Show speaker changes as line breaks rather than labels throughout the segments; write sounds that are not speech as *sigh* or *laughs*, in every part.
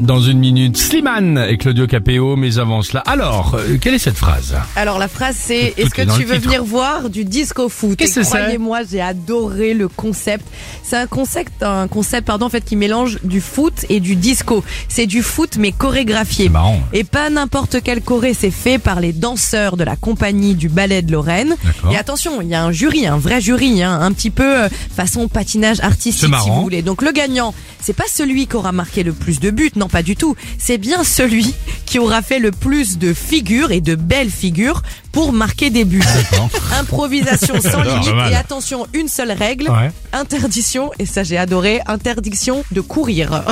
dans une minute. Slimane et Claudio Capéo, mais avant cela. Alors, euh, quelle est cette phrase
Alors la phrase c'est
Tout-
Est-ce
tout
que
est dans
tu
le
veux
titre.
venir voir du disco foot Et
Qu'est-ce que c'est
croyez-moi, j'ai adoré le concept. C'est un concept, un concept pardon, en fait, qui mélange du foot et du disco. C'est du foot mais chorégraphié.
marrant.
Et pas n'importe quel choré, c'est fait par les danseurs de la compagnie du ballet de Lorraine.
D'accord.
Et attention, il y a un jury, un vrai jury, hein, un petit peu euh, façon patinage
C'est
artistique si
marrant.
vous voulez. Donc le gagnant, c'est pas celui qui aura marqué le plus de buts, non pas du tout. C'est bien celui *laughs* qui aura fait le plus de figures et de belles figures pour marquer des buts. *laughs* Improvisation sans
Normal.
limite et attention, une seule règle,
Ah, Ouais.
interdiction, et ça j'ai adoré, interdiction de courir.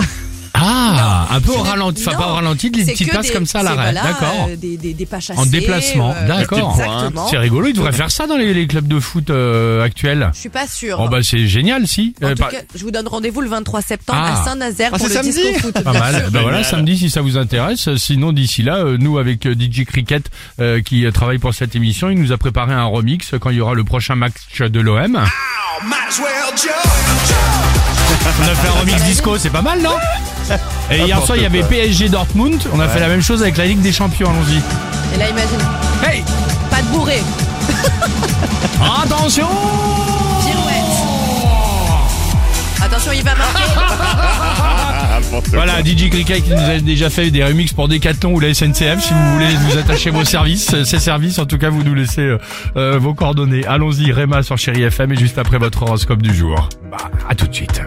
Ah, un peu au
Non.
ralenti, enfin pas au ralenti, les
C'est
petites
que
passes
des-
comme ça à
c'est,
l'arrêt.
voilà,
D'accord.
euh, des, des, des pas chassés,
En déplacement,
euh,
d'accord.
Exactement.
C'est rigolo, ils devraient faire ça dans les, les clubs de foot euh, actuels.
Je suis pas sûre.
Oh bah c'est génial, si.
En
Euh,
tout
par-
cas, je vous donne rendez-vous le 23 septembre
Ah.
à Saint-Nazaire pour le disco foot.
Pas
bien
mal.
sûr.
Ben voilà, samedi si ça vous intéresse. Sinon d'ici là, euh, nous avec euh, DJ Cricket euh, qui euh, travaille pour cette émission, il nous a préparé un remix quand il y aura le prochain match de l'OM. On a fait un remix disco, c'est pas mal, *laughs* non Et hier soir, il y avait PSG Dortmund. On a fait la même chose avec la Ligue des Champions, allons-y.
Et là, imagine,
Hey
pas de bourré,
Attention
pirouette. Attention, il va marquer.
Voilà, DJ Cricket qui nous a déjà fait des remixes pour Decathlon ou la SNCF. Si vous voulez vous attacher vos services, euh, ces services, en tout cas, vous nous laissez euh, euh, vos coordonnées. Allons-y, Réma sur Chéri FM et juste après votre horoscope du jour. Bah, à tout de suite.
times.